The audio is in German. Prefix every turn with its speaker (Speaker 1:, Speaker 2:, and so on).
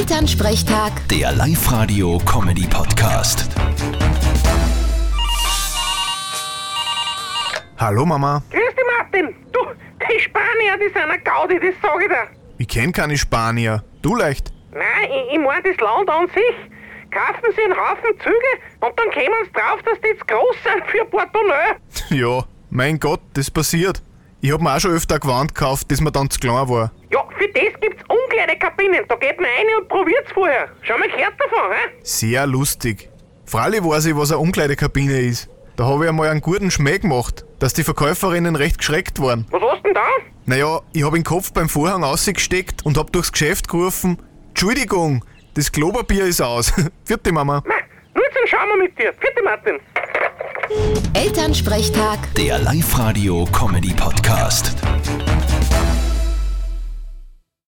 Speaker 1: Elternsprechtag,
Speaker 2: Der Live-Radio-Comedy-Podcast.
Speaker 3: Hallo Mama,
Speaker 4: Grüß dich, Martin. Du, die Spanier, die sind ein Gaudi, das sag ich dir.
Speaker 3: ich kenn keine Spanier. Du leicht.
Speaker 4: Nein, ich, ich mein das Land an sich. Kaufen sie einen Haufen Züge und dann kommen sie drauf, dass die jetzt groß sind für Portonell.
Speaker 3: Ja, mein Gott, das passiert. Ich hab mir auch schon öfter Gewand gekauft, das mir dann zu klein war.
Speaker 4: Ja, für das gibt's Umkleidekabinen. Da geht man rein und probiert's vorher. Schon mal gehört davon, hä?
Speaker 3: Sehr lustig. Freilich weiß ich, was eine Umkleidekabine ist. Da habe ich einmal einen guten Schmäh gemacht, dass die Verkäuferinnen recht geschreckt waren.
Speaker 4: Was hast denn da?
Speaker 3: Naja, ich hab den Kopf beim Vorhang ausgesteckt und hab durchs Geschäft gerufen, Entschuldigung, das Klopapier ist aus. Vierte Mama.
Speaker 4: Na, nur jetzt schauen wir mit dir. Vierte Martin.
Speaker 1: Elternsprechtag.
Speaker 2: Der Live-Radio-Comedy-Podcast.